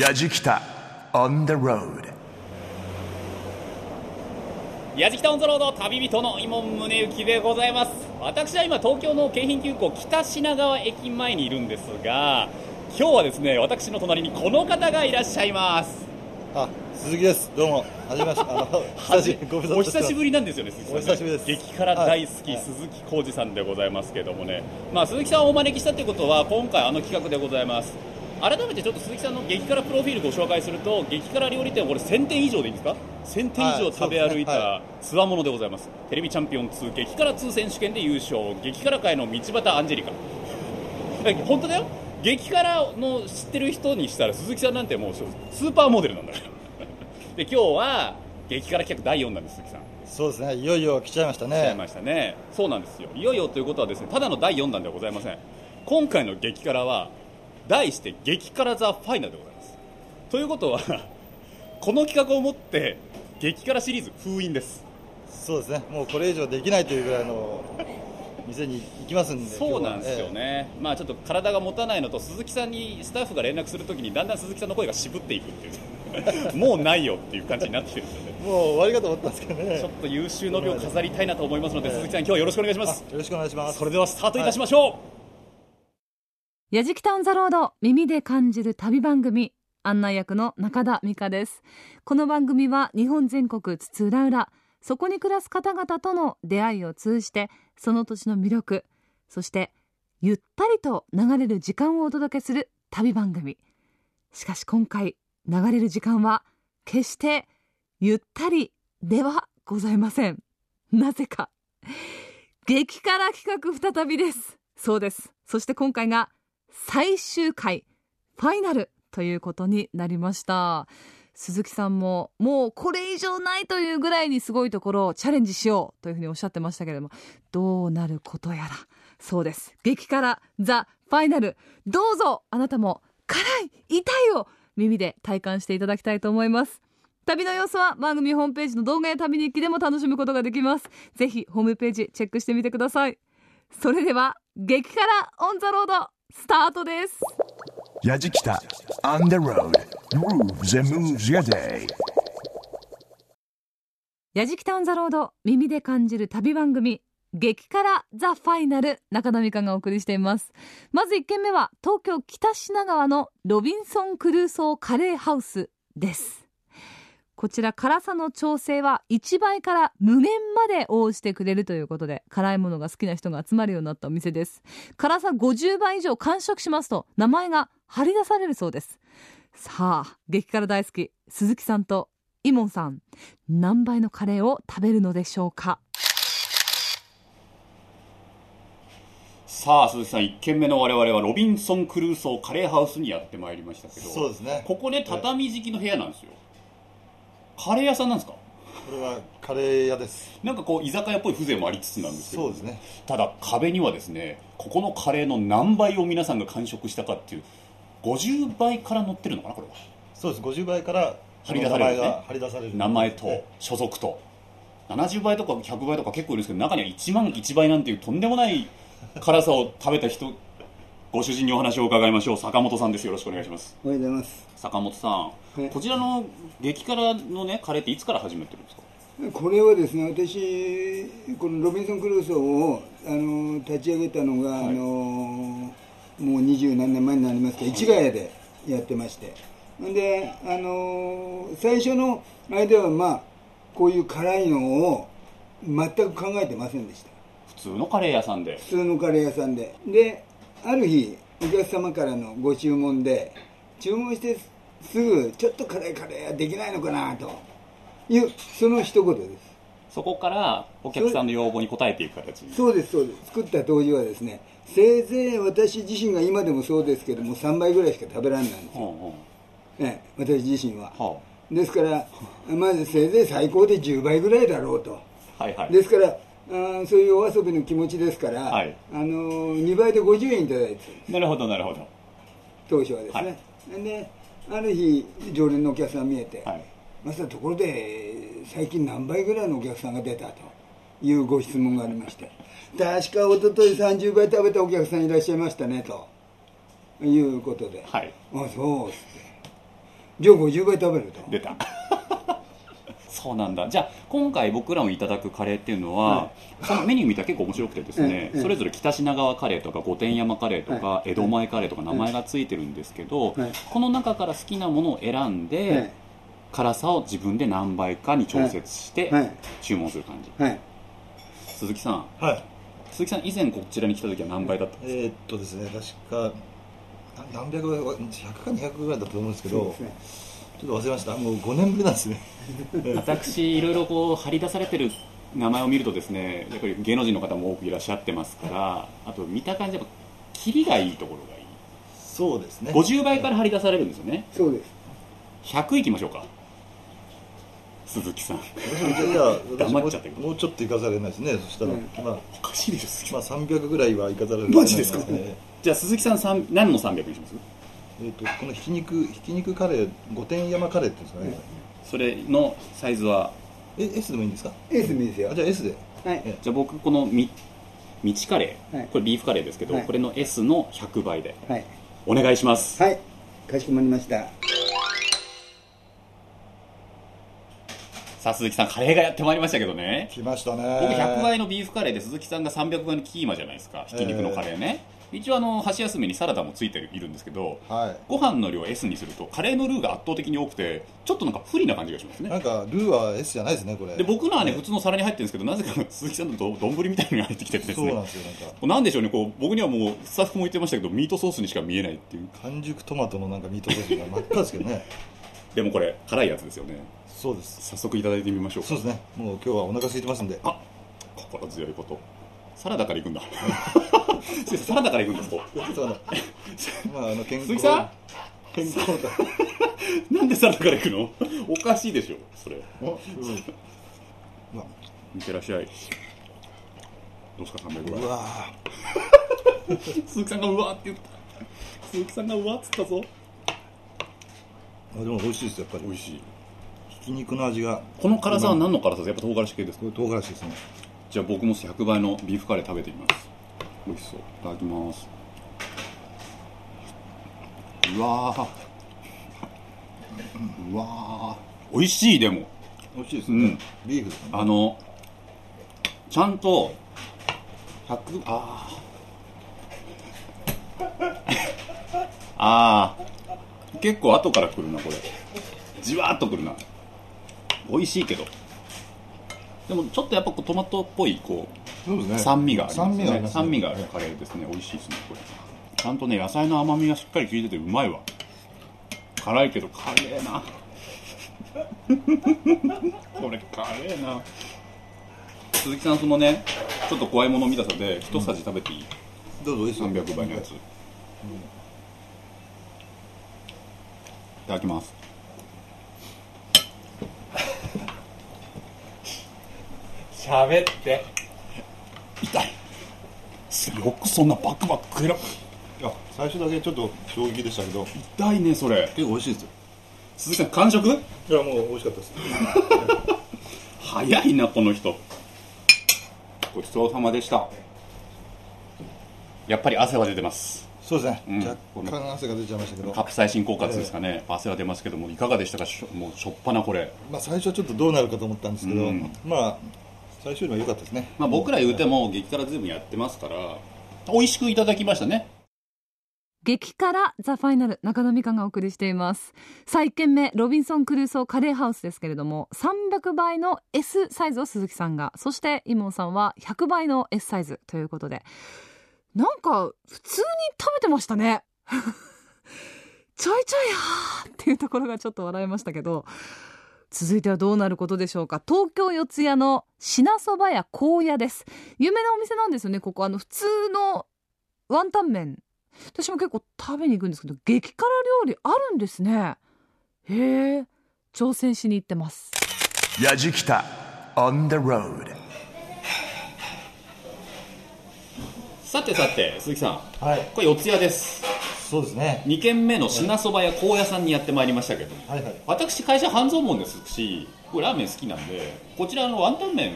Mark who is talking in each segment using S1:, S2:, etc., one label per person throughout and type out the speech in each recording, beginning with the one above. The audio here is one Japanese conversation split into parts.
S1: やじきた on the road
S2: やじきたオンザロード旅人の伊門宗行でございます私は今東京の京浜急行北品川駅前にいるんですが今日はですね私の隣にこの方がいらっしゃいます
S3: あ、鈴木です。どうも。はじめまして。あの、久しぶり。ご無沙
S2: お
S3: 汰して
S2: 久しぶ
S3: り。
S2: りなんですよね鈴木さんね
S3: お久しぶりです
S2: 激辛大好き、
S3: はいはい
S2: 鈴木浩二さんでございますけどもね、まあ、鈴木さんをお招きしたということは今回あの企画でございます改めてちょっと鈴木さんの激辛プロフィールご紹介すると激辛料理店はこれ1000店以上でいいんですか1000店以上食べ歩い
S3: は
S2: たつわものでございますテレビチャンピオン2激辛2選手権で優勝激辛界の道端アンジェリカえ本当だよ激辛の知ってる人にしたら鈴木さんなんてもうスーパーモデルなんだからで今日は激辛企画第4なんです鈴木さん
S3: そうですね。いよいよ来ちゃいました
S2: しちゃい
S3: ね。
S2: ましたね、そうなんですよ、いよいよということは、ですねただの第4弾ではございません、今回の激辛は、題して激辛ザ・ファイナルでございます。ということは、 この企画をもって、激辛シリーズ封印です、
S3: そうですね。もうこれ以上できないというぐらいの店に行きますんで。
S2: そうなんですよ
S3: 今日は。
S2: ね、まあちょっと体が持たないのと、鈴木さんにスタッフが連絡するときに、だんだん鈴木さんの声が渋っていくっていう、 もうないよっていう感じになってきてるんですよね
S3: え。えもう終わりかと思ったんですけどね。
S2: ちょっと優秀の美を飾りたいなと思いますので、鈴木さん、今日はよろしくお願いしま
S3: あ
S2: す。
S3: よろしくお願いします。
S2: それではスタートいたしましょう、
S4: やじきたオンザロード耳で感じる旅番組案内役の中田美香ですこの番組は日本全国津々浦々そこに暮らす方々との出会いを通じてその土地の魅力そしてゆったりと流れる時間をお届けする旅番組しかし今回流れる時間は決してゆったりではございませんなぜか激辛企画再びですそうですそして今回が最終回ファイナルということになりました鈴木さんももうこれ以上ないというぐらいにすごいところをチャレンジしようというふうにおっしゃってましたけれどもどうなることやらそうです激辛ザ・ファイナルどうぞあなたも辛い痛いを耳で体感していただきたいと思います旅の様子は番組ホームページの動画や旅日記でも楽しむことができますぜひホームページチェックしてみてくださいそれでは激辛オンザロードスタートです
S1: やじきた on the road grooves and moves your day
S4: やじきたオンザロード耳で感じる旅番組激辛ザファイナル中田美香がお送りしていますまず1軒目は東京北品川のロビンソンクルーソーカレーハウスですこちら辛さの調整は1倍から無限まで応じてくれるということで辛いものが好きな人が集まるようになったお店です辛さ50倍以上完食しますと名前が張り出されるそうですさあ激辛大好き鈴木さんとイモンさん何倍のカレーを食べるのでしょうか
S2: さあ鈴木さん1軒目の我々はロビンソン・クルーソーカレーハウスにやってまいりましたけど
S3: そうですね。
S2: ここね畳敷きの部屋なんですよカレー屋さんなんですか
S3: これはカレー屋です。
S2: なんかこう居酒屋っぽい風情もありつつなんですけど
S3: そうですね。
S2: ただ壁にはですねここのカレーの何倍を皆さんが完食したかっていう50倍から乗ってるのかなこれは
S3: そうです。50倍から
S2: 張り出されるね
S3: 名前が張り出される。
S2: 名前
S3: え
S2: と
S3: え
S2: 所属と70倍とか100倍とか結構いるんですけど中には1万1倍なんていうとんでもない辛さを食べた人ご主人にお話を伺いましょう坂本さんですよろしくお願いします
S5: おはようございます
S2: 坂本さん
S5: い
S2: こちらの激辛のねカレーっていつから始めてるんですか
S5: これはですね私このロビンソン・クルーソーをあの立ち上げたのが、あのもう二十何年前になりますけど市ヶ谷でやってましてんであの最初のアイデアはまあこういう辛いのを全く考えてませんでした
S2: 普通のカレー屋さんで
S5: 普通のカレー屋さんでである日お客様からのご注文で注文してすぐちょっと辛いカレーはできないのかなというその一言です
S2: そこからお客さんの要望に応えていく形に
S5: そうですそうです作った当時はですねせいぜい私自身が今でもそうですけども3倍ぐらいしか食べられないんです
S2: う
S5: よ、
S2: んうん
S5: ええ私自身は
S2: は
S5: ですからまずせいぜい最高で10倍ぐらいだろうと
S2: あはいはい
S5: ですからあーそういうお遊びの気持ちですから、
S2: はい
S5: あのー2倍で50円いただいてたんです
S2: なるほどなるほど
S5: 当初はですね、である日常連のお客さん見えて、
S2: はい
S5: まさところで最近何倍ぐらいのお客さんが出たというご質問がありまして確かおととい30倍食べたお客さんいらっしゃいましたねということで、
S2: はい
S5: あそうっすって上50倍食べると
S2: 出た そうなんだじゃあ今回僕らもいただくカレーっていうのは、
S5: は
S2: そのメニュー見たら結構面白くてですね、
S5: ええええ
S2: それぞれ北品川カレーとか御殿山カレーとか、江戸前カレーとか名前がついてるんですけど、
S5: ええ
S2: この中から好きなものを選んで、
S5: え
S2: 辛さを自分で何倍かに調節して
S5: はい
S2: 注文する感じ、
S5: はい
S2: 鈴木さん
S3: はい
S2: 鈴木さん以前こちらに来た時は何倍だったんですか、
S3: えーっとですね確かな何百ぐらい100か200ぐらいだったと思うんですけど
S5: そうですね
S3: ちょっと忘れましたもう5年ぶりなんですね
S2: 私いろいろこう張り出されてる名前を見るとですねやっぱり芸能人の方も多くいらっしゃってますからあと見た感じやっぱキリがいいところがいい
S3: そうですね
S2: 50倍から張り出されるんですよね
S5: そうです
S2: 100いきましょうか鈴木さん
S3: じゃあ私
S2: 黙
S3: も
S2: っちゃってください
S3: もうちょっと行かざれないですねそしたら、
S5: うん
S3: まあ
S2: おかしいでしょ鈴木
S3: ま
S2: さん
S3: あ300ぐらいは行かざるを得ない
S2: マジですか
S3: え
S2: じゃあ鈴木さんさん何の300にします
S3: ーえーっとこのひき肉ひき肉カレー御殿山カレーっていうんですかね、
S2: それのサイズは
S3: え S でもいいんですか
S5: エースでもいいですよ
S3: あじゃあ S で
S5: はい
S2: じゃあ僕このみ道カレー、
S5: はい
S2: これビーフカレーですけど、
S5: はい
S2: これの S の100倍で
S5: はい
S2: お願いします、
S5: はいかしこまりました
S2: さあ鈴木さんカレーがやってまいりましたけどね
S3: 来ましたね
S2: 僕100倍のビーフカレーで鈴木さんが300倍のキーマじゃないですかひき肉のカレーね、一応あの箸休めにサラダもついているんですけど
S3: はい
S2: ご飯の量を S にするとカレーのルーが圧倒的に多くてちょっとなんか不利な感じがしますね
S3: なんかルーは S じゃないですねこれ
S2: で僕のはね普通の皿に入ってるんですけどなぜか鈴木さんのど丼みたいに入ってきててです
S3: そうな
S2: ね
S3: んですよなんか
S2: なんでしょうねこう僕にはもうスタッフも言ってましたけどミートソースにしか見えないっていう
S3: 完熟トマトのなんかミートソースが真っ赤ですけど ね
S2: でもこれ辛いやつですよね
S3: そうです
S2: 早速いただいてみましょうか
S3: そうですねもう今日はお腹空いてますんで
S2: あ心強いことサラダからいくんだ 先生サラダからいくんですか
S3: そうだまああの健康
S2: 鈴木さ
S3: 健康だ
S2: なんでサラダからいくのおかしいでしょそれ
S3: おうん
S2: 見てらっしゃいどうですか300
S3: う
S2: 倍
S3: わ
S2: 鈴木さんがうわーって言った鈴木さんがうわーっつったぞ
S3: あでも美味しいですやっぱ
S2: 美
S3: り
S2: 味しい
S3: ひき肉の味が
S2: この辛さは何の辛さですかやっぱ唐辛子系ですか
S3: これ唐辛子ですね
S2: じゃあ僕も100倍のビーフカレー食べてみます美味しそういただきますうわーうわー美味しいでも
S3: 美味しいですねビーフですね
S2: あのちゃんと100あーあー結構後から来るなこれじわーっと来るな美味しいけどでもちょっとやっぱこうトマトっぽいこ
S3: そうです
S2: う
S3: ね
S2: 酸味があります
S3: 酸味があり
S2: ね
S3: ますね
S2: 酸味があるカレーですね美味しいですねこれちゃんとね野菜の甘みがしっかり効いててうまいわ辛いけどカレーな これカレーな鈴木さんそのねちょっと怖いもの見たさで一さじ食べていい、
S3: どうぞ美味しい
S2: 300倍のやつ、いただき ます
S6: 喋って
S2: 痛いよくそんなバクバク食えら
S3: いや最初だけちょっと衝撃でしたけど結
S2: 痛いねそれ
S3: 構美味しいですよ
S2: 鈴木さん完食
S3: いやもう美味しかったです
S2: 早いなこの人ごちそうさまでしたやっぱり汗は出てます
S3: そうですね、
S2: うん
S3: 若干汗が出ちゃいましたけど、
S2: カプサイシン効果ですかね、汗は出ますけどもいかがでしたかしょもうしょっぱなこれ、
S3: まあ、最初はちょっとどうなるかと思ったんですけど、
S2: うん
S3: まあ最初よりは良かったですね、
S2: まあ、僕ら言うても激辛随分やってますから美味しくいただきましたね
S4: 激辛ザファイナル中野美香がお送りしていますさあ1軒目ロビンソンクルーソーカレーハウスですけれども300倍の S サイズを鈴木さんがそしてイモンさんは100倍の S サイズということでなんか普通に食べてましたね ちょいちょいはーっていうところがちょっと笑いましたけど続いてはどうなることでしょうか東京四谷の品そば屋高野です有名なお店なんですよねここあの普通のワンタン麺私も結構食べに行くんですけど激辛料理あるんですねへえ挑戦しに行ってます
S1: ヤジキタ on the road
S2: さてさて鈴木さん
S3: はい
S2: これ四谷です
S3: そうですね
S2: 2軒目の品そば屋高野さんにやってまいりましたけど
S3: はいはい
S2: 私会社半蔵門ですし僕ラーメン好きなんでこちらのワンタン麺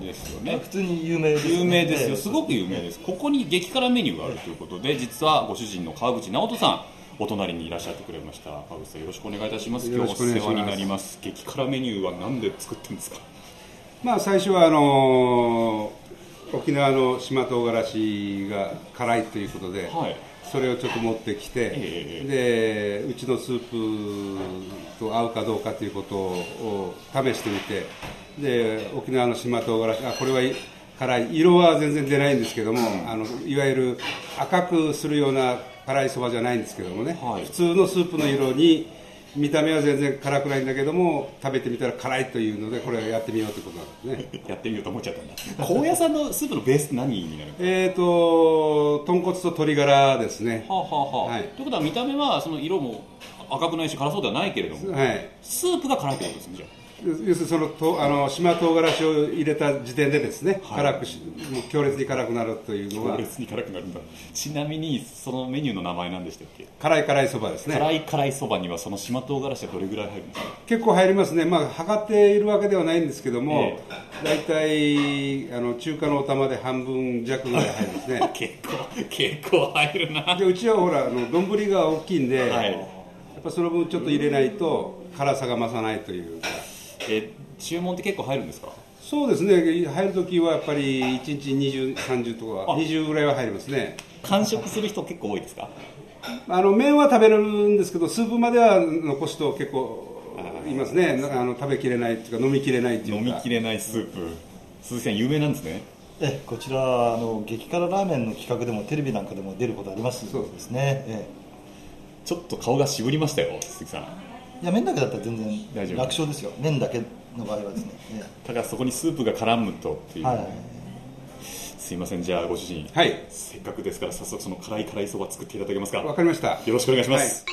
S2: ですよね
S3: 普通に有名ですね
S2: 有名ですよすごく有名ですここに激辛メニューがあるということで実はご主人の川口直人さんお隣にいらっしゃってくれました赤口さんよろしくお願いいたします
S7: よ
S2: 今
S7: ろ
S2: 日
S7: し
S2: お
S7: くお願
S2: 世話に
S7: いします
S2: なります激辛メニューは何で作ってるんですか
S7: まあ最初はあの沖縄の島唐辛子が辛いということで、
S2: はい
S7: それをちょっと持ってきて、
S2: え
S7: でうちのスープと合うかどうかということを試してみてで沖縄の島唐辛子あこれはい辛い色は全然出ないんですけども、あのいわゆる赤くするような辛いそばじゃないんですけどもね、
S2: はい
S7: 普通のスープの色に見た目は全然辛くないんだけども食べてみたら辛いというのでこれをやってみようということなんですね
S2: やってみようと思っちゃったんだ高野さんのスープのベースって何になるの
S7: えっと豚骨と鶏ガラですね
S2: はあはあはあ、
S7: はい
S2: ということは見た目はその色も赤くないし辛そうではないけれども
S7: はい
S2: スープが辛いってことですねじゃあ
S7: 要するにそのとあの島唐辛子を入れた時点でですね、辛くしもう強烈に辛くなるというの
S2: 強
S7: は
S2: 烈に辛くなるんだちなみにそのメニューの名前なんでしたっけ、
S7: 辛い辛いそばですね
S2: 辛い辛いそばにはその島唐辛子はどれぐらい入るんですか
S7: 結構入りますねまあ測っているわけではないんですけども、大体あの中華のお玉で半分弱ぐらい入ります ね
S2: 結構結構入るな
S7: でうちはほらあの丼が大きいんで、
S2: はい
S7: やっぱその分ちょっと入れないと辛さが増さないというか
S2: え注文って結構入るんですか
S7: そうですね入る時はやっぱり1日2030とか20ぐらいは入りますね
S2: 完食する人結構多いですか
S7: あの麺は食べれるんですけどスープまでは残すと結構いますねなんかあの食べきれないっていうか飲みきれないっていうか
S2: 飲みきれないスープ鈴木さん有名なんですね
S3: えこちらあの激辛ラーメンの企画でもテレビなんかでも出ることあります
S7: そう
S3: ですね、え
S2: ちょっと顔が渋りましたよ鈴木さん
S3: えいや麺だけだったら全
S2: 大丈
S3: 然
S2: 夫
S3: 楽勝ですよ麺だけの場合はですね、え
S2: ただそこにスープが絡むとっていう、
S3: えはい
S2: すいませんじゃあご主人、
S7: はい
S2: せっかくですから早速その辛い辛いそば作っていただけますか
S7: わかりました
S2: よろしくお願いします、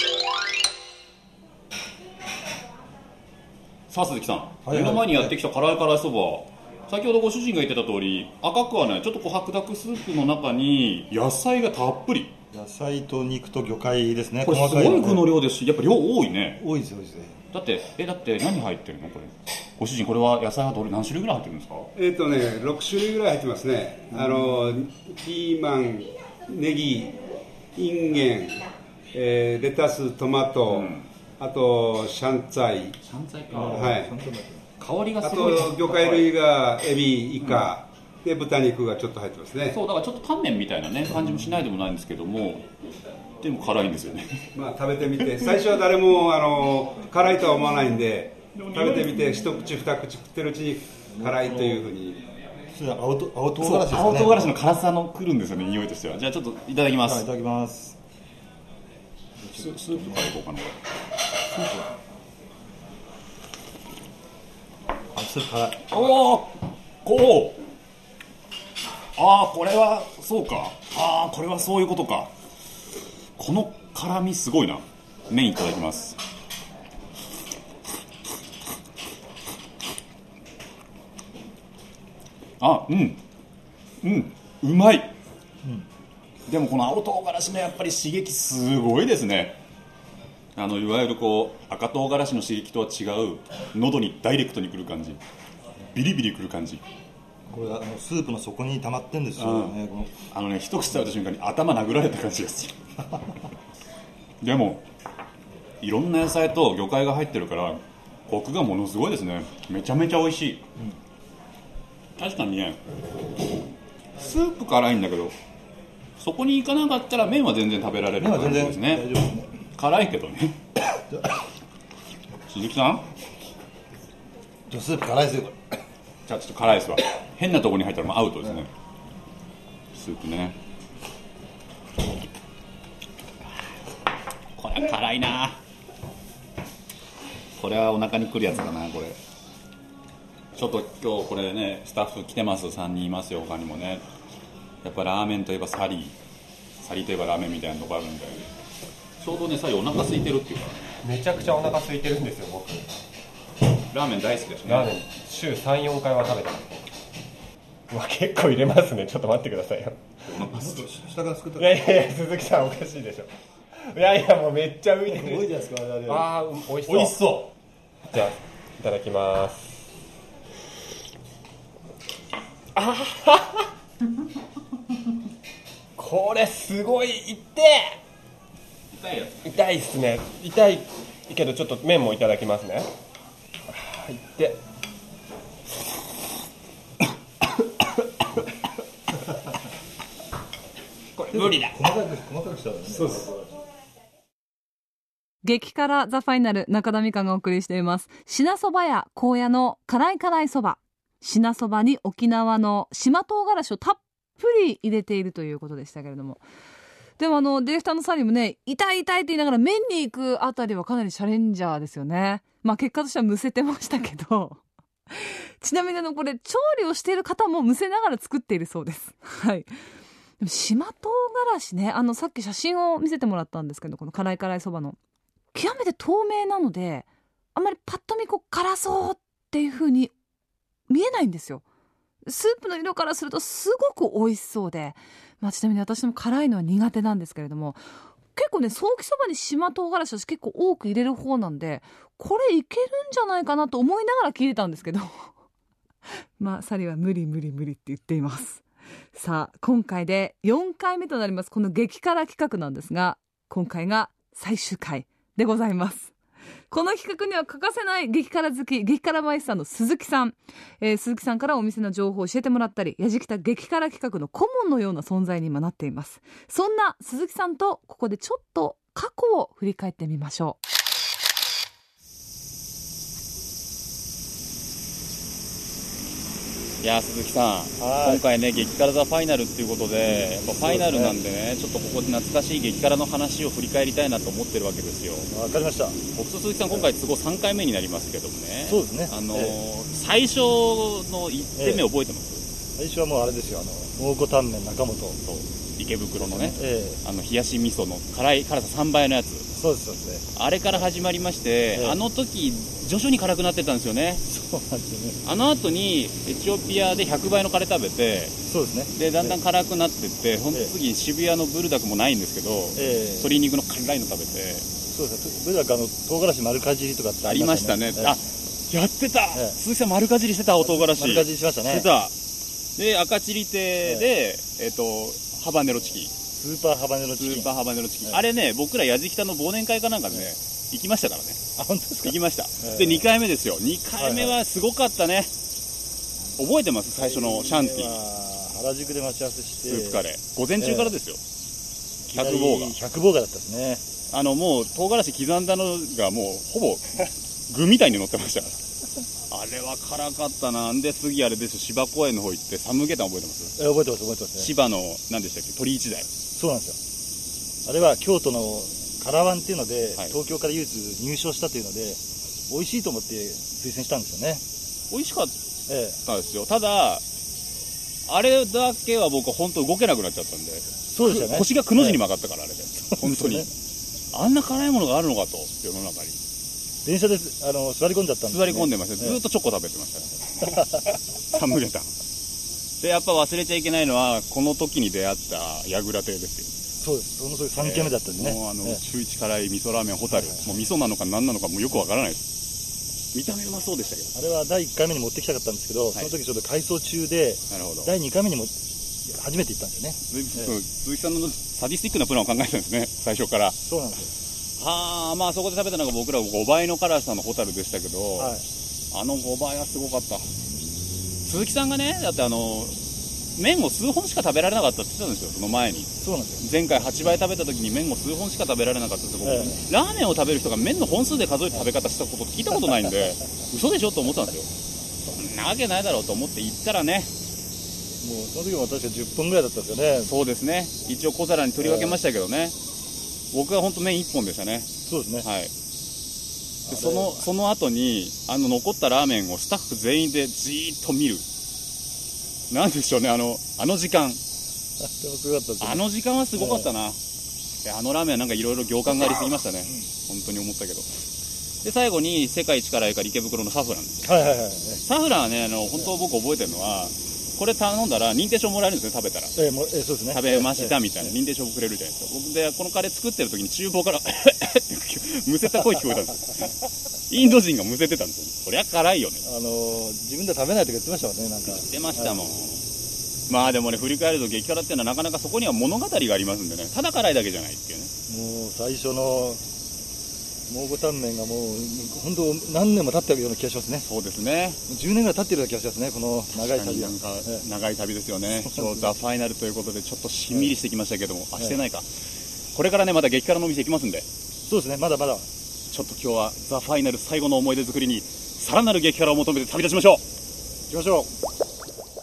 S2: さあ鈴木さん、
S3: いはい
S2: 目の前にやってきた辛い辛いそば先ほどご主人が言ってた通り赤くはないちょっとこう白濁スープの中に野菜がたっぷり
S3: 野菜と肉と魚介ですね
S2: これすごい
S3: の
S2: 具の量ですしやっぱ量多いね
S3: 多いです多いです
S2: だってえだって何入ってるのこれご主人これは野菜はどれ何種類ぐらい入ってるんですか
S7: えっ、とね6種類ぐらい入ってますねあのピーマンネギインゲン、えーレタストマト、あとシャンツァイ
S2: 山菜か、
S7: はい
S2: 香りが
S7: あ
S2: すごい
S7: と魚介類がエビイカ、で豚肉がちょっと入ってますね
S2: そうだからちょっと乾麺みたいなね感じもしないでもないんですけどもでも辛いんですよね
S7: まあ食べてみて 最初は誰もあの辛いとは思わないんで食べてみて一口二口食ってるうちに辛いというふうに
S3: それは青と青唐
S2: そう
S3: 辛子ですね
S2: 青唐辛子の辛さのくるんですよね匂いとしてはじゃあちょっといただきま
S3: はい
S2: す
S3: いただきます
S2: ススープからいこうかな
S3: あそれ辛い
S2: おおこうああこれはそうかああこれはそういうことかこの辛みすごいな麺いただきますあうんうんうまい、でもこの青唐辛子のやっぱり刺激すごいですねあのいわゆるこう赤唐辛子の刺激とは違う喉にダイレクトにくる感じビリビリくる感じ
S3: これあのスープの底に溜まってんですよね、この
S2: あのね一口食べた瞬間に頭殴られた感じがする でもいろんな野菜と魚介が入ってるからコクがものすごいですねめちゃめちゃ美味しい、確かにねスープ辛いんだけどそこに行かなかったら麺は全然食べられる
S3: 麺は
S2: 感
S3: 全
S2: じ
S3: 然
S2: です
S3: 大丈夫
S2: ね
S3: ですね
S2: 辛いけど ね鈴木さん
S3: じゃあスープ辛いですよこれ
S2: じゃあちょっと辛いですわ変なとこに入ったらもうアウトですね、スープねこれは辛いなこれはお腹にくるやつだなこれちょっと今日これねスタッフ来てます3人いますよ他にもねやっぱラーメンといえばサリーサリーといえばラーメンみたいなとこあるんでちょうどねサリーお腹空いてるっていうか
S6: めちゃくちゃお腹空いてるんですよ僕
S2: ラーメン大好きだしね
S6: ラーメン週34回は食べてますうわ結構入れますねちょっと待ってくださいよ
S3: 下から作った
S6: いやいやいや鈴木さんおかしいでしょいやいやもうめっちゃ浮いて
S3: 多いじゃない
S6: る
S3: ですかあれ
S6: ああうん美味しそう
S2: 美味しそう
S6: じゃあいただきますあはははこれすごいいってえ
S2: 痛いやつ
S6: 痛いっすね痛いけどちょっと麺もいただきますねあーいって
S2: これ無理だ
S6: そうです
S4: 激辛ザファイナル中田美香がお送りしています品そばや高野の辛い辛いそば品そばに沖縄の島唐辛子をたっぷり入れているということでしたけれどもでもあのディレクターのサリもね痛い痛いって言いながら麺に行くあたりはかなりチャレンジャーですよねまあ結果としてはむせてましたけどちなみにあのこれ調理をしている方もむせながら作っているそうですはいでも島唐辛子ねあのさっき写真を見せてもらったんですけどこの辛い辛いそばの極めて透明なのであんまりパッと見こう辛そうっていう風に見えないんですよスープの色からするとすごく美味しそうで、まあ、ちなみに私も辛いのは苦手なんですけれども結構ねソーキそばに島唐辛子私結構多く入れる方なんでこれいけるんじゃないかなと思いながら聞いてたんですけど まあサリは無理無理無理って言っていますさあ今回で4回目となりますこの激辛企画なんですが今回が最終回でございますこの企画には欠かせない激辛好き激辛マイスターの鈴木さん、えー鈴木さんからお店の情報を教えてもらったりやじきた激辛企画の顧問のような存在に今なっていますそんな鈴木さんとここでちょっと過去を振り返ってみましょう
S2: いやー鈴木さん、
S6: はい
S2: 今回ね、激辛ザファイナルっていうことで、やっぱファイナルなんでね、ちょっとここで懐かしい激辛の話を振り返りたいなと思ってるわけですよ、
S3: わかりました。
S2: 僕と鈴木さん、今回、都合3回目になりますけどもね、
S3: そうですね
S2: あのー
S3: え
S2: 最初の1点目、覚えてます、
S3: 最初はもうあれですよ、あの、蒙古タンメン中本。
S2: そう池袋のね、
S3: ええ
S2: あの冷やし味噌の辛い辛さ3倍のやつ、
S3: そうです、そうですね。
S2: あれから始まりまして、
S3: ええ
S2: あの時徐々に辛くなってたんですよね、
S3: そうなんですよね。
S2: あの後にエチオピアで100倍のカレー食べて、
S3: そうですね。
S2: でだんだん辛くなってって、ほんと次、渋谷のブルダックもないんですけど、
S3: ええ
S2: 鶏肉の辛いの食べて、
S3: そうですね。とにかくあの、唐辛子丸かじりとかって
S2: ありましたね、
S3: ええ
S2: あやってた、
S3: ええ
S2: 鈴木さん、丸かじりしてた、お唐辛子、
S3: 丸かじりしました
S2: して
S3: ね。
S2: た、で赤チリ亭で、えっとハバネロチキン、ス
S3: スーパーハバネロチキン。
S2: ーパーハバネロチキン、
S3: ええ
S2: あれね、僕ら、やじきたの忘年会かなんかでね、行きましたからね、
S3: あ、本当ですか
S2: 行きました、
S3: え
S2: で
S3: え
S2: 2回目ですよ、2回目はすごかったね、覚えてます、最初のシャンティ、
S3: ィ。原宿で待ち合わせして
S2: ス。ープカレー、午前中からですよ、
S3: 左
S2: 100号が。
S3: 百棒がだったですね。
S2: あのもう唐辛子刻んだのがもうほ ぼ具みたいに乗ってましたからあれは辛かったなんで次あれですよ芝公園の方行ってサムゲタン覚えてます
S3: え覚えてます、覚えてますね。
S2: 芝の何でしたっけ鳥一台
S3: そうなんですよ。あれは京都のカラワンっていうので、
S2: はい
S3: 東京から唯一入賞したというので、美味しいと思って推薦したんですよね。
S2: 美味しかっ
S3: ええ、
S2: たですよただあれだけは僕本当動けなくなっちゃったんで
S3: そうですよね。
S2: 腰がくの字に
S3: え
S2: 曲がったからあれで
S3: え
S2: 本当に、
S3: そうですよね
S2: あんな辛いものがあるのかと世の中に
S3: 電車であの座り込んじゃったんです、ね。
S2: 座り込んでました、
S3: ええ
S2: ずっとチョコ食べてました サムゲタンでやっぱ忘れちゃいけないのはこの時に出会った矢倉亭ですよ
S3: そうです。その時三軒目だったんでね。
S2: もうあの、
S3: ええ
S2: 中一辛い味噌ラーメンホタル、もう味噌なのか何なのかもうよくわからないです見た目うまそうでしたけど
S3: あれは第1回目に持ってきたかったんですけど、
S2: い
S3: その時ちょっと改装中で、
S2: なるほど
S3: 第2回目にも初めて行ったんですよね。
S2: ずいぶん
S3: ええ
S2: そう鈴木さんのサディスティックなプランを考えたんですね最初から
S3: そうなんです
S2: ああまあそこで食べたのが僕ら5倍の辛さのホタルでしたけど、
S3: よ。はい。
S2: あの5倍はすごかった鈴木さんがねだってあの麺を数本しか食べられなかったって言ってたんですよその前に
S3: そうなんですよ。
S2: 前回8倍食べた時に麺を数本しか食べられなかったって僕、
S3: え
S2: ラーメンを食べる人が麺の本数で数えて食べ方したことって聞いたことないんで 嘘でしょと思ってたんですよそんなわけないだろうと思って行ったらね
S3: もうその時も確か10分ぐらいだったんですよね。
S2: そうですね一応小皿に取り分けましたけどね、僕は本当麺1本でしたね
S3: そうですね。
S2: はいで
S3: れ
S2: そのその後にあの残ったラーメンをスタッフ全員でじーっと見るなんでしょうねあのあの時間
S3: あ でもすごかったですよ、ね。
S2: あの時間はすごかったな、であのラーメンはなんかいろいろ行間がありすぎましたね、本当に思ったけど、で最後に世界一辛いから池袋のサフランです、
S3: はいはいはい。
S2: サフランはね、あの本当、僕覚えてるのは、これ頼んだら認定証もらえるんですね、食べたら。
S3: ええもうええそうですね。
S2: 食べましたみたいな
S3: ええ
S2: 認定証くれるじゃないですか、僕でこのカレー作ってる時に厨房から ってむせた声聞こえたんです よ、インド人がむせてたんですよ、そりゃ辛いよね、
S3: あのー自分では食べないとか言ってましたもんね、なんか。
S2: 出ましたもん、まあでもね振り返ると激辛っていうのはなかなかそこには物語がありますんでねただ辛いだけじゃないっていうね
S3: もう最初の蒙古タンメンがもう本当何年も経ってるような気がしますね
S2: そうですね
S3: 10年ぐらい経ってるような気がしますねこの長い旅
S2: な
S3: は
S2: んか
S3: ええ
S2: 長い旅ですよね、今日ザ・ファイナルということで、ちょっとしんみりしてきましたけども、あしてないか、これからね、また激辛のお店行きますんで、
S3: そうですねまだまだ
S2: ちょっと今日はザ・ファイナル最後の思い出作りに、さらなる激辛を求めて旅立ちましょう。
S3: 行きましょ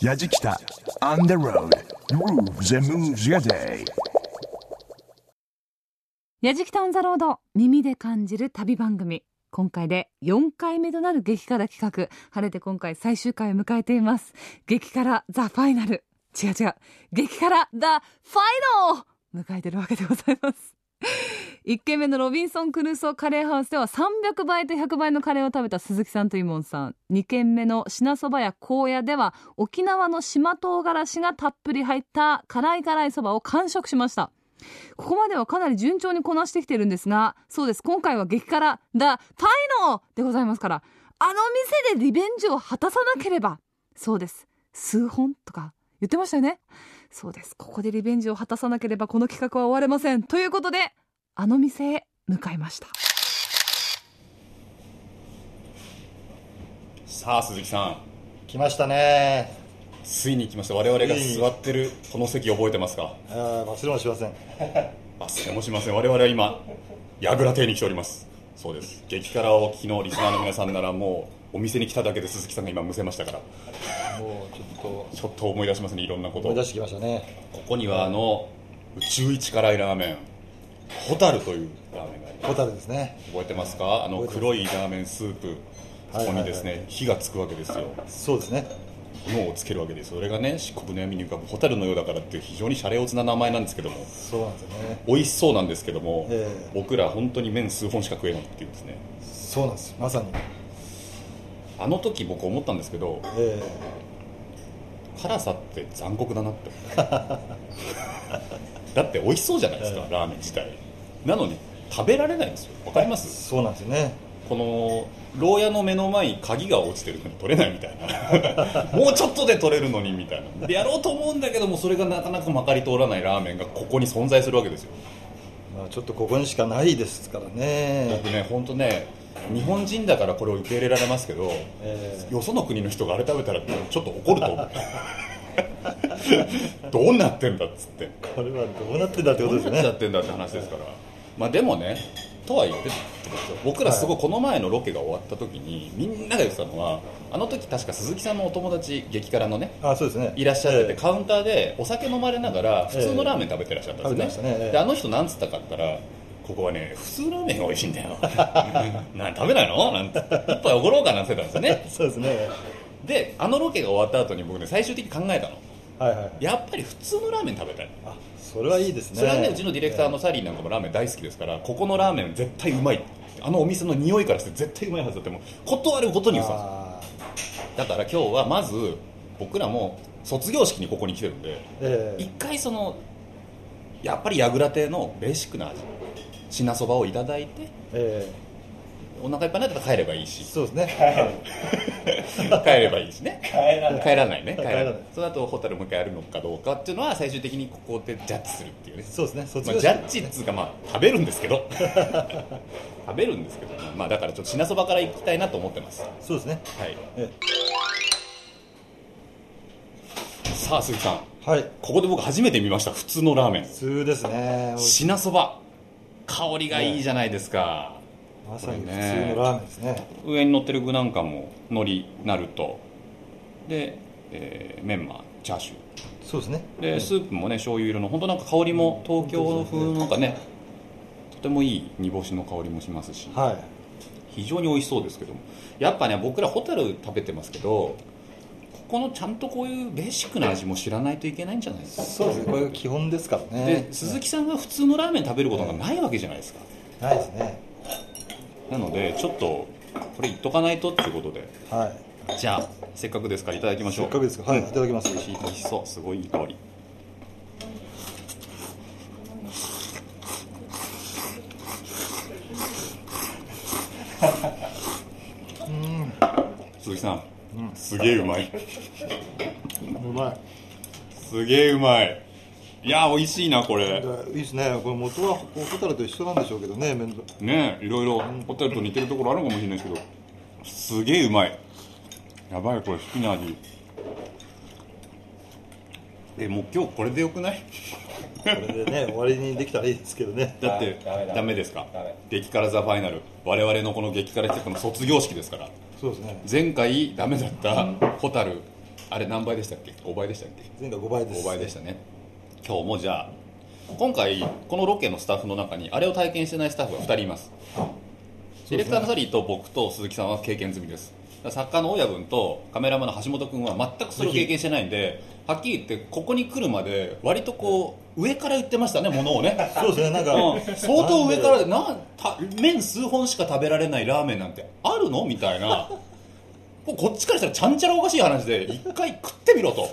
S3: う
S1: Yajikita on the road grooves and moves your day.
S4: やじきたオンザロード耳で感じる旅番組今回で4回目となる激辛企画晴れて今回最終回を迎えています激辛ザファイナル違う違う激辛ザファイナル迎えてるわけでございます1軒目のロビンソン・クルーソーカレーハウスでは300倍と100倍のカレーを食べた鈴木さんとイモンさん2軒目の品そばや高野では沖縄の島唐辛子がたっぷり入った辛い辛いそばを完食しましたここまではかなり順調にこなしてきてるんですが、そうです。今回は激辛、だ、パイノーでございますから、あの店でリベンジを果たさなければ、そうです。数本とか言ってましたよね。そうです。ここでリベンジを果たさなければ、この企画は終われません。ということで、あの店へ向かいました。
S2: さあ、鈴木さん、
S3: 来ましたね
S2: ついに来ました、我々が
S3: ついに
S2: 座ってるこの席、覚えてますか
S3: あー忘れもしません
S2: 忘れもしません、我々は今、矢倉亭に来ております、そうです、激辛を昨日リスナーの皆さんなら、もうお店に来ただけで鈴木さんが今、むせましたから、
S3: もうちょっ
S2: ちょっと思い出しますね、いろんなことと
S3: 思
S2: を
S3: い出。してきましたね
S2: ここにはあの宇宙一辛いラーメンホタルというラーメンがあります
S3: ホタルですね
S2: 覚えてますかあの黒いラーメンスープそ
S3: はい
S2: こ
S3: はいはい
S2: にですね火がつくわけですよ
S3: そうですね
S2: 炎をつけるわけですそれがね漆黒の闇に浮かぶホタルのようだからっていう非常にシャレオツな名前なんですけども
S3: そうなんですよね
S2: 美味しそうなんですけども、
S3: ええ
S2: 僕ら本当に麺数本しか食えないっていうですね
S3: そうなんですよまさに
S2: あの時僕思ったんですけど
S3: え
S2: 辛さって残酷だなって思 うだって美味しそうじゃないですか、
S3: ええ
S2: ラーメン自体なのに食べられないんですよわかりま
S3: え
S2: す
S3: そうなんですよね
S2: この牢屋の目の前に鍵が落ちてるのに取れないみたい なもうちょっとで取れるのにみたいなでやろうと思うんだけどもそれがなかなかまかり通らないラーメンがここに存在するわけですよ
S3: まあちょっとここにしかないですからね
S2: 僕ね本当ね日本人だからこれを受け入れられますけど、
S3: え
S2: よその国の人があれ食べたらちょっと怒ると思う どうなってんだっつって
S3: えこれはどうなってんだってこ
S2: ど
S3: と
S2: う
S3: で
S2: な
S3: すよ
S2: っちゃ
S3: ね
S2: ってんだって話ですから、まあ、でもねとは言って僕らすごいこの前のロケが終わった時にみんなが言ってたのはあの時確か鈴木さんのお友達激辛のね
S3: あそうですね
S2: いらっしゃってて、
S3: え
S2: カウンターでお酒飲まれながら普通のラーメン食べてらっしゃったんです
S3: 食べてま
S2: ね
S3: し、たねええ
S2: であの人なんつったかって言ったらここはね普通ラーメンが美味しいんだよ なん食べないのなんて一杯おごろうかなんて言ってたんですよ
S3: え
S2: ね
S3: そうですね
S2: であのロケが終わった後に僕ね最終的に考えたの
S3: はいはいはい
S2: やっぱり普通のラーメン食べたい
S3: あそれはいいですね
S2: それはねうちのディレクターのサリーなんかもラーメン大好きですからここのラーメン絶対うまいあのお店の匂いからして絶対うまいはずだってもう断るごとに言うさ
S3: あー
S2: だから今日はまず僕らも卒業式にここに来てるんで
S3: ええ
S2: 一回そのやっぱり矢倉亭のベーシックな味品そばをいただいて
S3: え
S2: お腹いっぱいになったら帰ればいい
S3: え
S2: し
S3: そうですねはい
S2: 帰ればいいしね帰らない帰らないね帰らな
S3: 帰ら
S2: い
S3: ない
S2: その後ホタルもう一回やるのかどうかっていうのは最終的にここでジャッジするっていうね
S3: そうですね卒
S2: まあ、
S3: 業式
S2: ジャッジっつうか、まあ、食べるんですけど 食べるんですけど、まあ、だからちょっと品そばから行きたいなと思ってます、は
S3: そうですね
S2: い、
S3: え
S2: さあ鈴木さん
S3: えはい
S2: ここで僕初めて見ました普通のラーメン
S3: 普通ですね
S2: 品そば香りがいいじゃないですか、
S3: まさに普通のラーメンですね
S2: 上に乗ってる具なんかも海苔なるとで、えーメンマチャーシュー
S3: そうですね
S2: でスープもね醤油色の本当なんか香りも東京風のなんかねとてもいい煮干しの香りもしますし
S3: はい
S2: 非常に美味しそうですけどもやっぱね僕らホタル食べてますけどここのちゃんとこういうベーシックな味も知らないといけないんじゃないですか
S3: そうですねこれが基本ですからね
S2: で鈴木さんが普通のラーメン食べることがないわけじゃないですか
S3: ないですね
S2: なのでちょっとこれいっとかないとっていうことで
S3: はい
S2: じゃあせっかくですからいただきましょ
S3: せ
S2: う
S3: っかくですからはいいただきます
S2: 美味しい美味しそうすごいいい香り鈴木さん、すげえうまいう
S3: まい
S2: すげえうまいいや美味しいなこれ
S3: いいですねこれ元はホタルと一緒なんでしょうけどね麺
S2: ねえいろいろホタルと似てるところあるかもしれないですけどすげえうまいやばいこれ好きな味えもう今日これでよくない
S3: これで ね終わりにできたらいいですけどね
S2: だって
S6: ダメダメ
S2: ダメですか
S6: ダメ
S2: 激辛ザファイナル我々のこの激辛企画の卒業式ですから
S3: そうですね
S2: 前回ダメだったホタルあれ何倍でしたっけ5倍でしたっけ
S3: 前回5倍です
S2: 5倍でしたね今日もじゃあ今回このロケのスタッフの中にあれを体験してないスタッフが2人いますディレクターのサリーと僕と鈴木さんは経験済みですだから作家の親分とカメラマンの橋本君は全くそれを経験してないんではっきり言ってここに来るまで割とこう上から言ってましたねものをね
S3: そうですねなんか
S2: うん相当上からでなんた麺数本しか食べられないラーメンなんてあるのみたいなここっちからしたらちゃんちゃらおかしい話で一回食ってみろと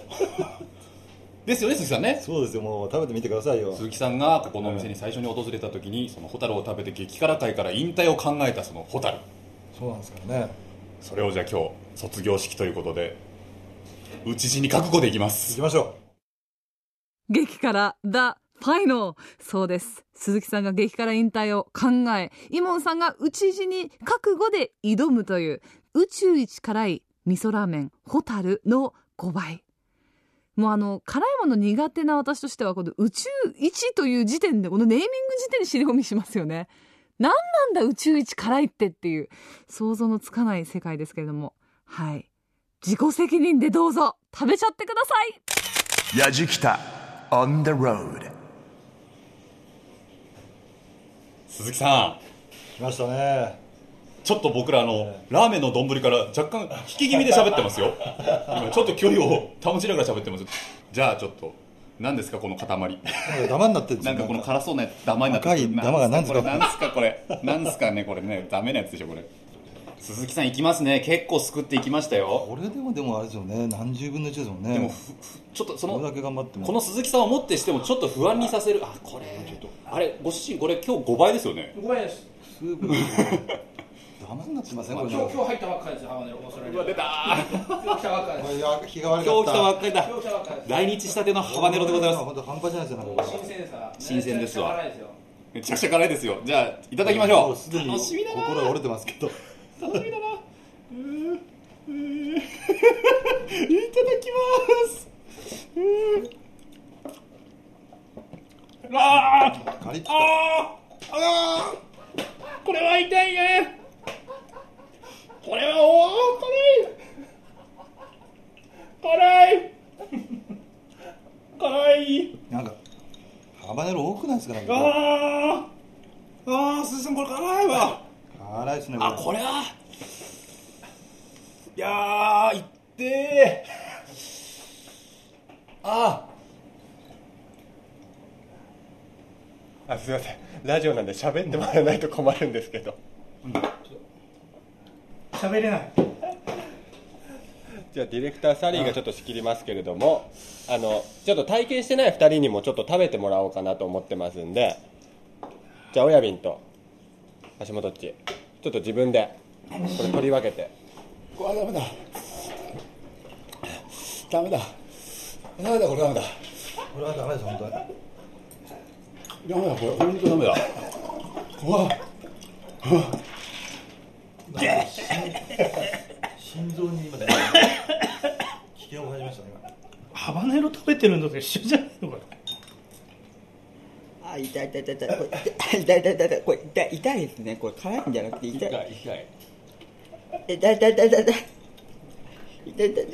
S2: ですよね鈴木さんね
S3: そうですよもう食べてみてくださいよ
S2: 鈴木さんがここのお店に最初に訪れた時にそのホタルを食べて激辛界から引退を考えたそのホタル
S3: そうなんですからね
S2: それをじゃあ今日卒業式ということで打ち死に覚悟でいきま
S3: 行
S2: す
S3: きましょ
S4: 激辛 The Final そうです鈴木さんが激辛引退を考えイモンさんが打ち死に覚悟で挑むという宇宙一辛い味噌ラーメンホタルの5倍もうあの辛いもの苦手な私としてはこの宇宙一という時点でこのネーミング時点で尻込みしますよね何なんだ宇宙一辛いってっていう想像のつかない世界ですけれどもはい自己責任でどうぞ食べちゃってください
S1: ヤジキタ on the road
S2: 鈴木さん
S3: う来ましたね
S2: ちょっと僕らあのラーメンの丼から若干引き気味で喋ってますよ今ちょっと距離を保ちながら喋ってますじゃあちょっと何ですかこの塊
S3: なんかダマになってるんです
S2: なん
S3: よ
S2: かこの辛そうなやつダマになって
S3: 赤いダマが何ですか
S2: なんですかこれなんですかねこれねダメなやつでしょこれ鈴木さんいきますね結構すくっていきましたよ
S3: これでもでもあれですよね何十分の1ですもんね
S2: でもふふちょっとそ
S3: これ
S2: の
S3: だけ頑張っても
S2: この鈴木さんをもってしてもちょっと不安にさせるあこれあれご主人これ今日5倍ですよね
S3: スープがねダマになってませんこれ
S8: 今日今日入ったばっかりですよ、ハマネロ、オーストラリア。
S2: 出た
S8: 今日来たばっかりです。
S3: 日が悪
S2: 今日来たば
S3: かっ
S2: っかりだ
S8: 今日来たばっかりです。
S2: 来日したてのハバネロでございます
S3: 本当半端じゃないですよなんか
S8: 新鮮さ。
S2: 新鮮ですわ
S8: めちゃくちゃ辛いですよ
S2: めちゃくちゃ辛いですよじゃあいただきましょ
S3: も
S2: う
S3: うすでに
S2: 楽しみだな
S3: 心が折れてますけど
S2: 楽しみだなうーうーいただきますうーあー
S3: カリッと
S2: あーあーこれは痛いねこれはおー辛い辛い辛い
S3: なんかハバネロ多くないですかなんか
S2: あーあー鈴木さんこれ辛いわ
S3: 辛いですね
S2: あ
S3: こ
S2: これはいやーいってーあ
S6: あすいませんラジオなんで喋ってもらわないと困るんですけど
S8: 喋れない。
S6: じゃあディレクターサリーがちょっと仕切りますけれどもあのちょっと体験してない2人にもちょっと食べてもらおうかなと思ってますんでじゃあ親瓶と橋本っちちょっと自分でこれ取り分けて
S2: あダメだダメだダメだこれダメだ
S3: れはダメです本当に
S2: ダメだこれ本当ダメだうわ
S3: 心臓に今ね危険を感じましたね今
S8: ハバネロ食べてるのと一緒じゃないのかな。
S9: あ痛い痛い痛い痛いこれ痛い痛い痛い痛いこれ痛い痛いですねこれ辛いんじゃなくて痛い
S2: 痛い
S9: 痛い痛い痛い痛い痛い痛い痛い痛い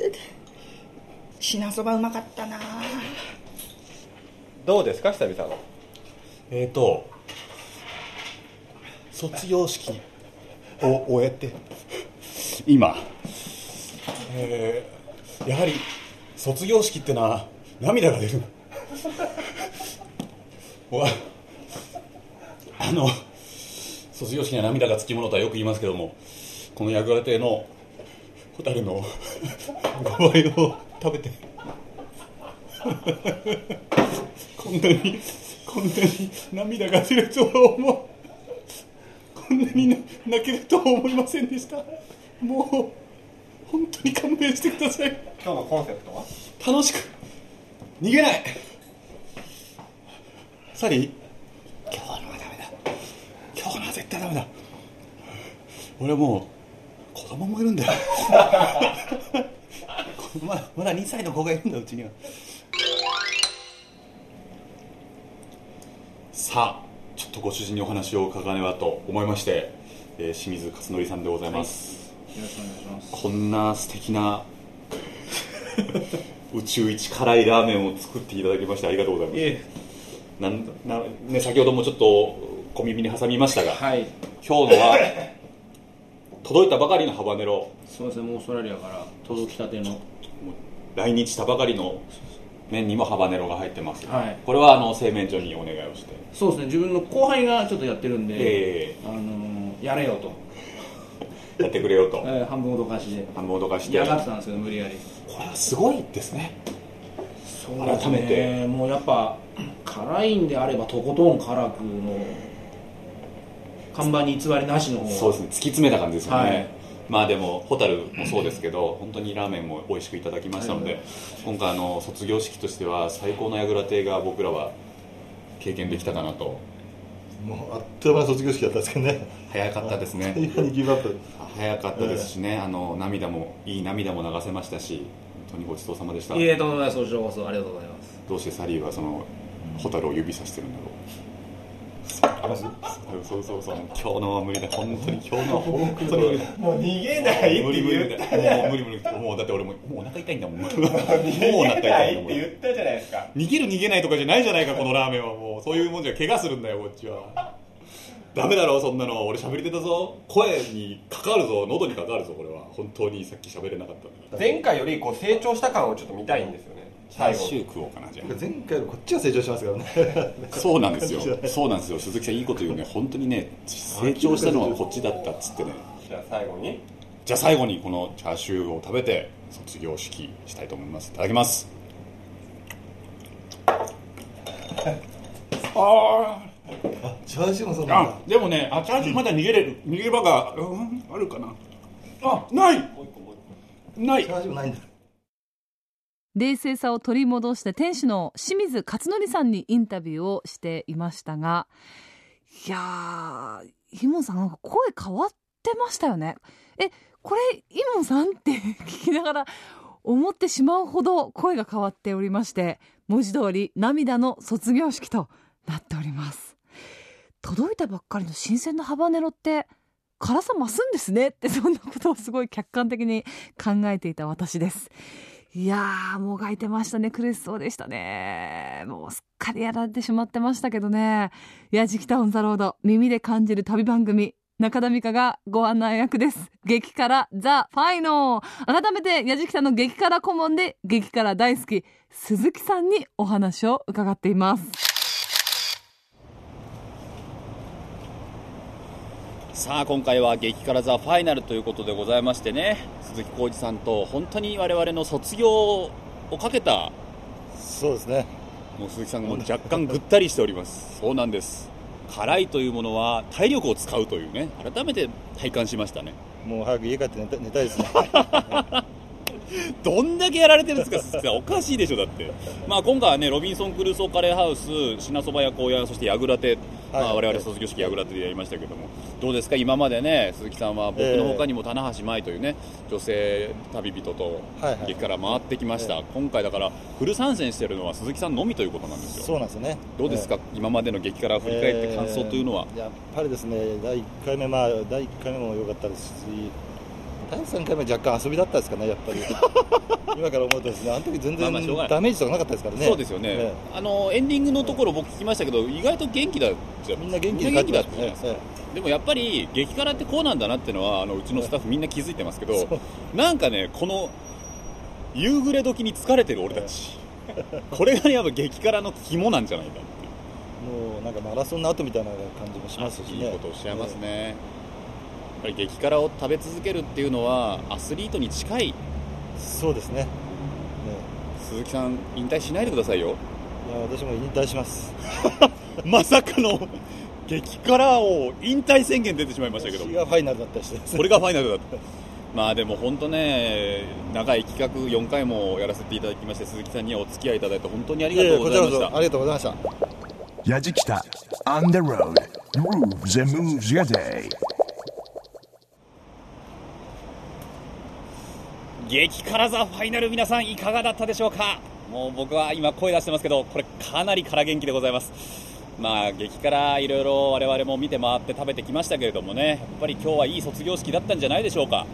S9: 品そばうまかったな
S6: どうですか久々の
S2: えーと卒業式を終えて今、えーやはり卒業式ってのは涙が出る わあの卒業式には涙がつきものとはよく言いますけどもこの役柄亭の蛍の5倍を食べてこんなにこんなに涙が出るとは思うこんなにな泣けるとは思いませんでしたもう本当に勘弁してください
S6: 今日のコンセプトは
S2: 楽しく逃げないサリー今日のはダメだ今日のは絶対ダメだ俺はもう子供もいるんだよ このまだまだ2歳の子がいるんだうちにはさあちょっとご主人にお話を伺えばと思いまして、えー清水勝則さんでございます、こんな素敵な 宇宙一辛いラーメンを作っていただきましてありがとうございますなんなね、先ほどもちょっと小耳に挟みましたが、
S10: はい
S2: 今日のは届いたばかりのハバネロ
S10: すみませんもうオーストラリアから届きたての
S2: 来日したばかりの麺にもハバネロが入ってます、
S10: はい
S2: これはあの製麺所にお願いをして、
S10: そうですね自分の後輩がちょっとやってるんで、
S2: え
S10: あのーやれよと、
S2: ーやってくれよと
S10: えー半分脅かしで
S2: 反応とかして
S10: 嫌がってたんですけど無理やり
S2: これはすごいですね
S10: そう
S2: うですね改めて
S10: もうやっぱ辛いんであればとことん辛くの看板に偽りなしの方が
S2: そうですね突き詰めた感じですよね、
S10: はい
S2: まあでも蛍もそうですけど本当にラーメンも美味しくいただきましたので、今回あの卒業式としては最高の櫓亭が僕らは経験できたかなと
S3: もうあっという間の卒業式だったんですけどね、
S2: 早かったですね
S3: 本当にギブアップ、
S2: 早かったですしね、あの涙もいい涙も流せましたし本当にごちそうさまでした
S10: いえとんでもないですこちらこそありがとうございます
S2: どうしてサリーはその蛍を指さしてるんだろうそうそうそう今日のは無理だ本当に今日のは本当に無理だ
S3: もう逃げない
S2: 無理無理無理もう無理無理もうだって俺ももうお腹痛いんだもんもうお腹痛いんだもん
S3: たじゃないですか、
S2: 逃げる逃げないとかじゃないじゃないかこのラーメンはもうそういうもんじゃ怪我するんだよこっちはダメだろそんなの俺喋り手だぞ声にかかるぞ喉にかかるぞこれは本当にさっき喋れなかったんだ
S6: 前回よりこう成長した感をちょっと見たいんですよね
S2: 最後食おうかなじゃあ
S3: 前回よりこっちが成長してますからね、
S2: そうなんですよそうなんですよ鈴木さんいいこと言うね本当にね成長したのはこっちだったっつってね
S6: じゃあ最後に
S2: じゃあ最後にこのチャーシューを食べて卒業式したいと思いますいただきますあ
S3: チャーシューもそう
S2: ー
S3: なん
S2: あ
S3: だ、
S2: でもねあチャーシューまだ逃げれる逃げ場が、うん、あるかなあないない
S3: チャーシューもないんだ、
S4: 冷静さを取り戻して店主の清水勝則さんにインタビューをしていましたがいやーイモンさんなんか声変わってましたよねえこれイモンさんって聞きながら思ってしまうほど声が変わっておりまして文字通り涙の卒業式となっております届いたばっかりの新鮮なハバネロって辛さ増すんですねってそんなことをすごい客観的に考えていた私ですいやー、もがいてましたね。苦しそうでしたね。もうすっかりやられてしまってましたけどね。いや、ジキタオンザロード、耳で感じる旅番組。中田美香がご案内役です。激辛ザ・ファイノー。改めて、矢じきたの激辛顧問で、激辛大好き、鈴木さんにお話を伺っています。
S11: さあ今回は激辛ザファイナルということでございましてね鈴木浩二さんと本当に我々の卒業をかけた
S3: そうですね、
S11: もう鈴木さんがもう若干ぐったりしておりますそうなんです辛いというものは体力を使うというね改めて体感しましたね
S3: もう早く家帰って寝た寝たいですね、
S11: どんだけやられてるんですか鈴木さんおかしいでしょだってまあ今回はねロビンソンクルーソーカレーハウス品そばや高野そして櫓亭、まあ、
S3: はい
S11: 我々卒業式櫓亭でやりましたけどもどうですか今までね鈴木さんは僕の他にも棚橋舞というね女性旅人と
S3: はいは
S11: 激
S3: い、
S11: 辛回ってきました、今回だからフル参戦してるのは鈴木さんのみということなんですよ
S3: そうなんですよね、
S11: どうですか、今までの激辛を振り返って感想というのは、
S3: えーやっぱりですね、第1回目、まあ、第一回目も良かったですし、第3回目は若干遊びだったですかね、やっ ぱり、今から思うとですね、あの時全
S11: まあ
S3: 然
S11: まあしょうがない
S3: ダメージとかなかったですからね、
S11: そうですよね、
S3: え
S11: あのエンディングのところ僕聞きましたけど意外と元気だじゃ
S3: えみんな元気で帰って
S11: だ
S3: ま
S11: っ
S3: したた
S11: じゃない
S3: ね
S11: ですか、
S3: ええ
S11: でもやっぱり激辛ってこうなんだなっていうのはあのうちのスタッフみんな気づいてますけど
S3: そう
S11: なんかねこの夕暮れ時に疲れてる俺たちこれがねやっぱ激辛の肝なんじゃないかっていう
S3: もうなんかマラソンの後みたいな感じもしますしね。
S11: いいことをおっしゃいますね、やっぱり激辛を食べ続けるっていうのはアスリートに近い
S3: ええそうですね。ね
S11: 鈴木さん引退しないでくださいよ
S3: いや私も引退します。
S11: まさかの激辛王引退宣言出てしまいましたけど
S3: 私がファイナルだったりしてです
S11: こ
S3: ね。
S11: れがファイナルだと
S2: まあでも本当ね、長い企画4回もやらせていただきまして、鈴木さんにはお付き合いいただいて、本当にありがとうござ
S12: いやいや
S2: いまし
S12: こちらこ
S2: た
S12: そ。ありがとうございました。
S1: ヤジキタ On the road Grooves and moves your day
S2: 激辛ザファイナル皆さんいかがだったでしょうかもう僕は今声出してますけどこれかなり辛元気でございますまあ激辛いろいろ我々も見て回って食べてきましたけれどもねやっぱり今日はいい卒業式だったんじゃないでしょうか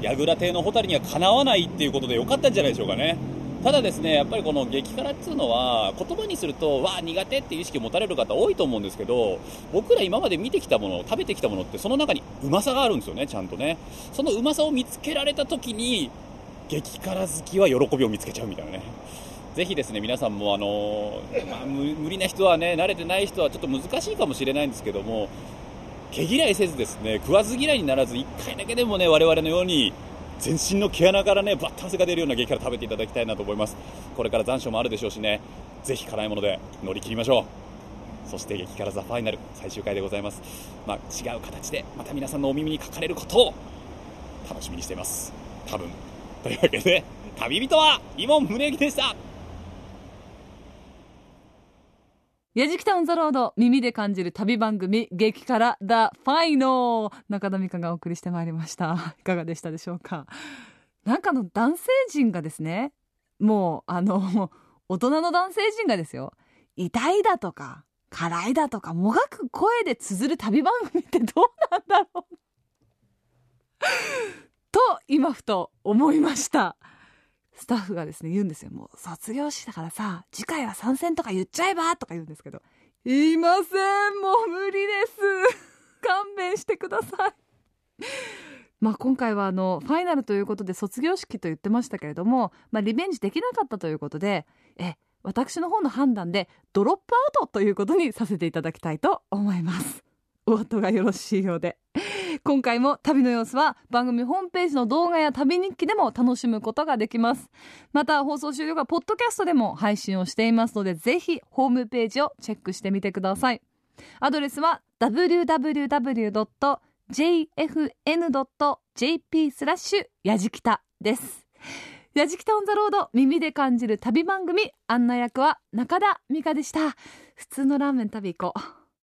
S2: 矢倉亭のホタルにはかなわないっていうことでよかったんじゃないでしょうかねただですねやっぱりこの激辛っていうのは言葉にするとわあ苦手っていう意識を持たれる方多いと思うんですけど僕ら今まで見てきたもの食べてきたものってその中にうまさがあるんですよねちゃんとねそのうまさを見つけられた時に激辛好きは喜びを見つけちゃうみたいなね、ぜひですね皆さんもあの、まあ、無無理な人はね、慣れてない人はちょっと難しいかもしれないんですけども、毛嫌いせず、ですね食わず嫌いにならず、1回だけでもね我々のように、全身の毛穴からねバッと汗が出るような激辛食べていただきたいなと思います、これから残暑もあるでしょうしね、ぜひ辛いもので乗り切りましょう。そして激辛ザファイナル最終回でございます、まあ、違う形でまた皆さんのお耳にかかれることを楽しみにしています多分というわけで旅人はイモン宗行でした
S4: ヤジキタウンザロード耳で感じる旅番組激辛 The Final 中田美香がお送りしてまいりました いかがでしたでしょうかなんかあの男性陣がですねもうあの 大人の男性陣がですよ痛いだとか辛いだとかもがく声で綴る旅番組ってどうなんだろうと今ふと思いましたスタッフがですね言うんですよもう卒業式だからさ次回は参戦とか言っちゃえばとか言うんですけど言いませんもう無理です勘弁してくださいまあ今回はあのファイナルということで卒業式と言ってましたけれども、まあ、リベンジできなかったということでえ私の方の判断でドロップアウトということにさせていただきたいと思いますお後がよろしいようで今回も旅の様子は番組ホームページの動画や旅日記でも楽しむことができますまた放送終了後ポッドキャストでも配信をしていますのでぜひホームページをチェックしてみてくださいアドレスは www.jfn.jp スラッシュやじきたですやじきたオンザロード耳で感じる旅番組案内役は中田美香でした普通のラーメン食べ行こう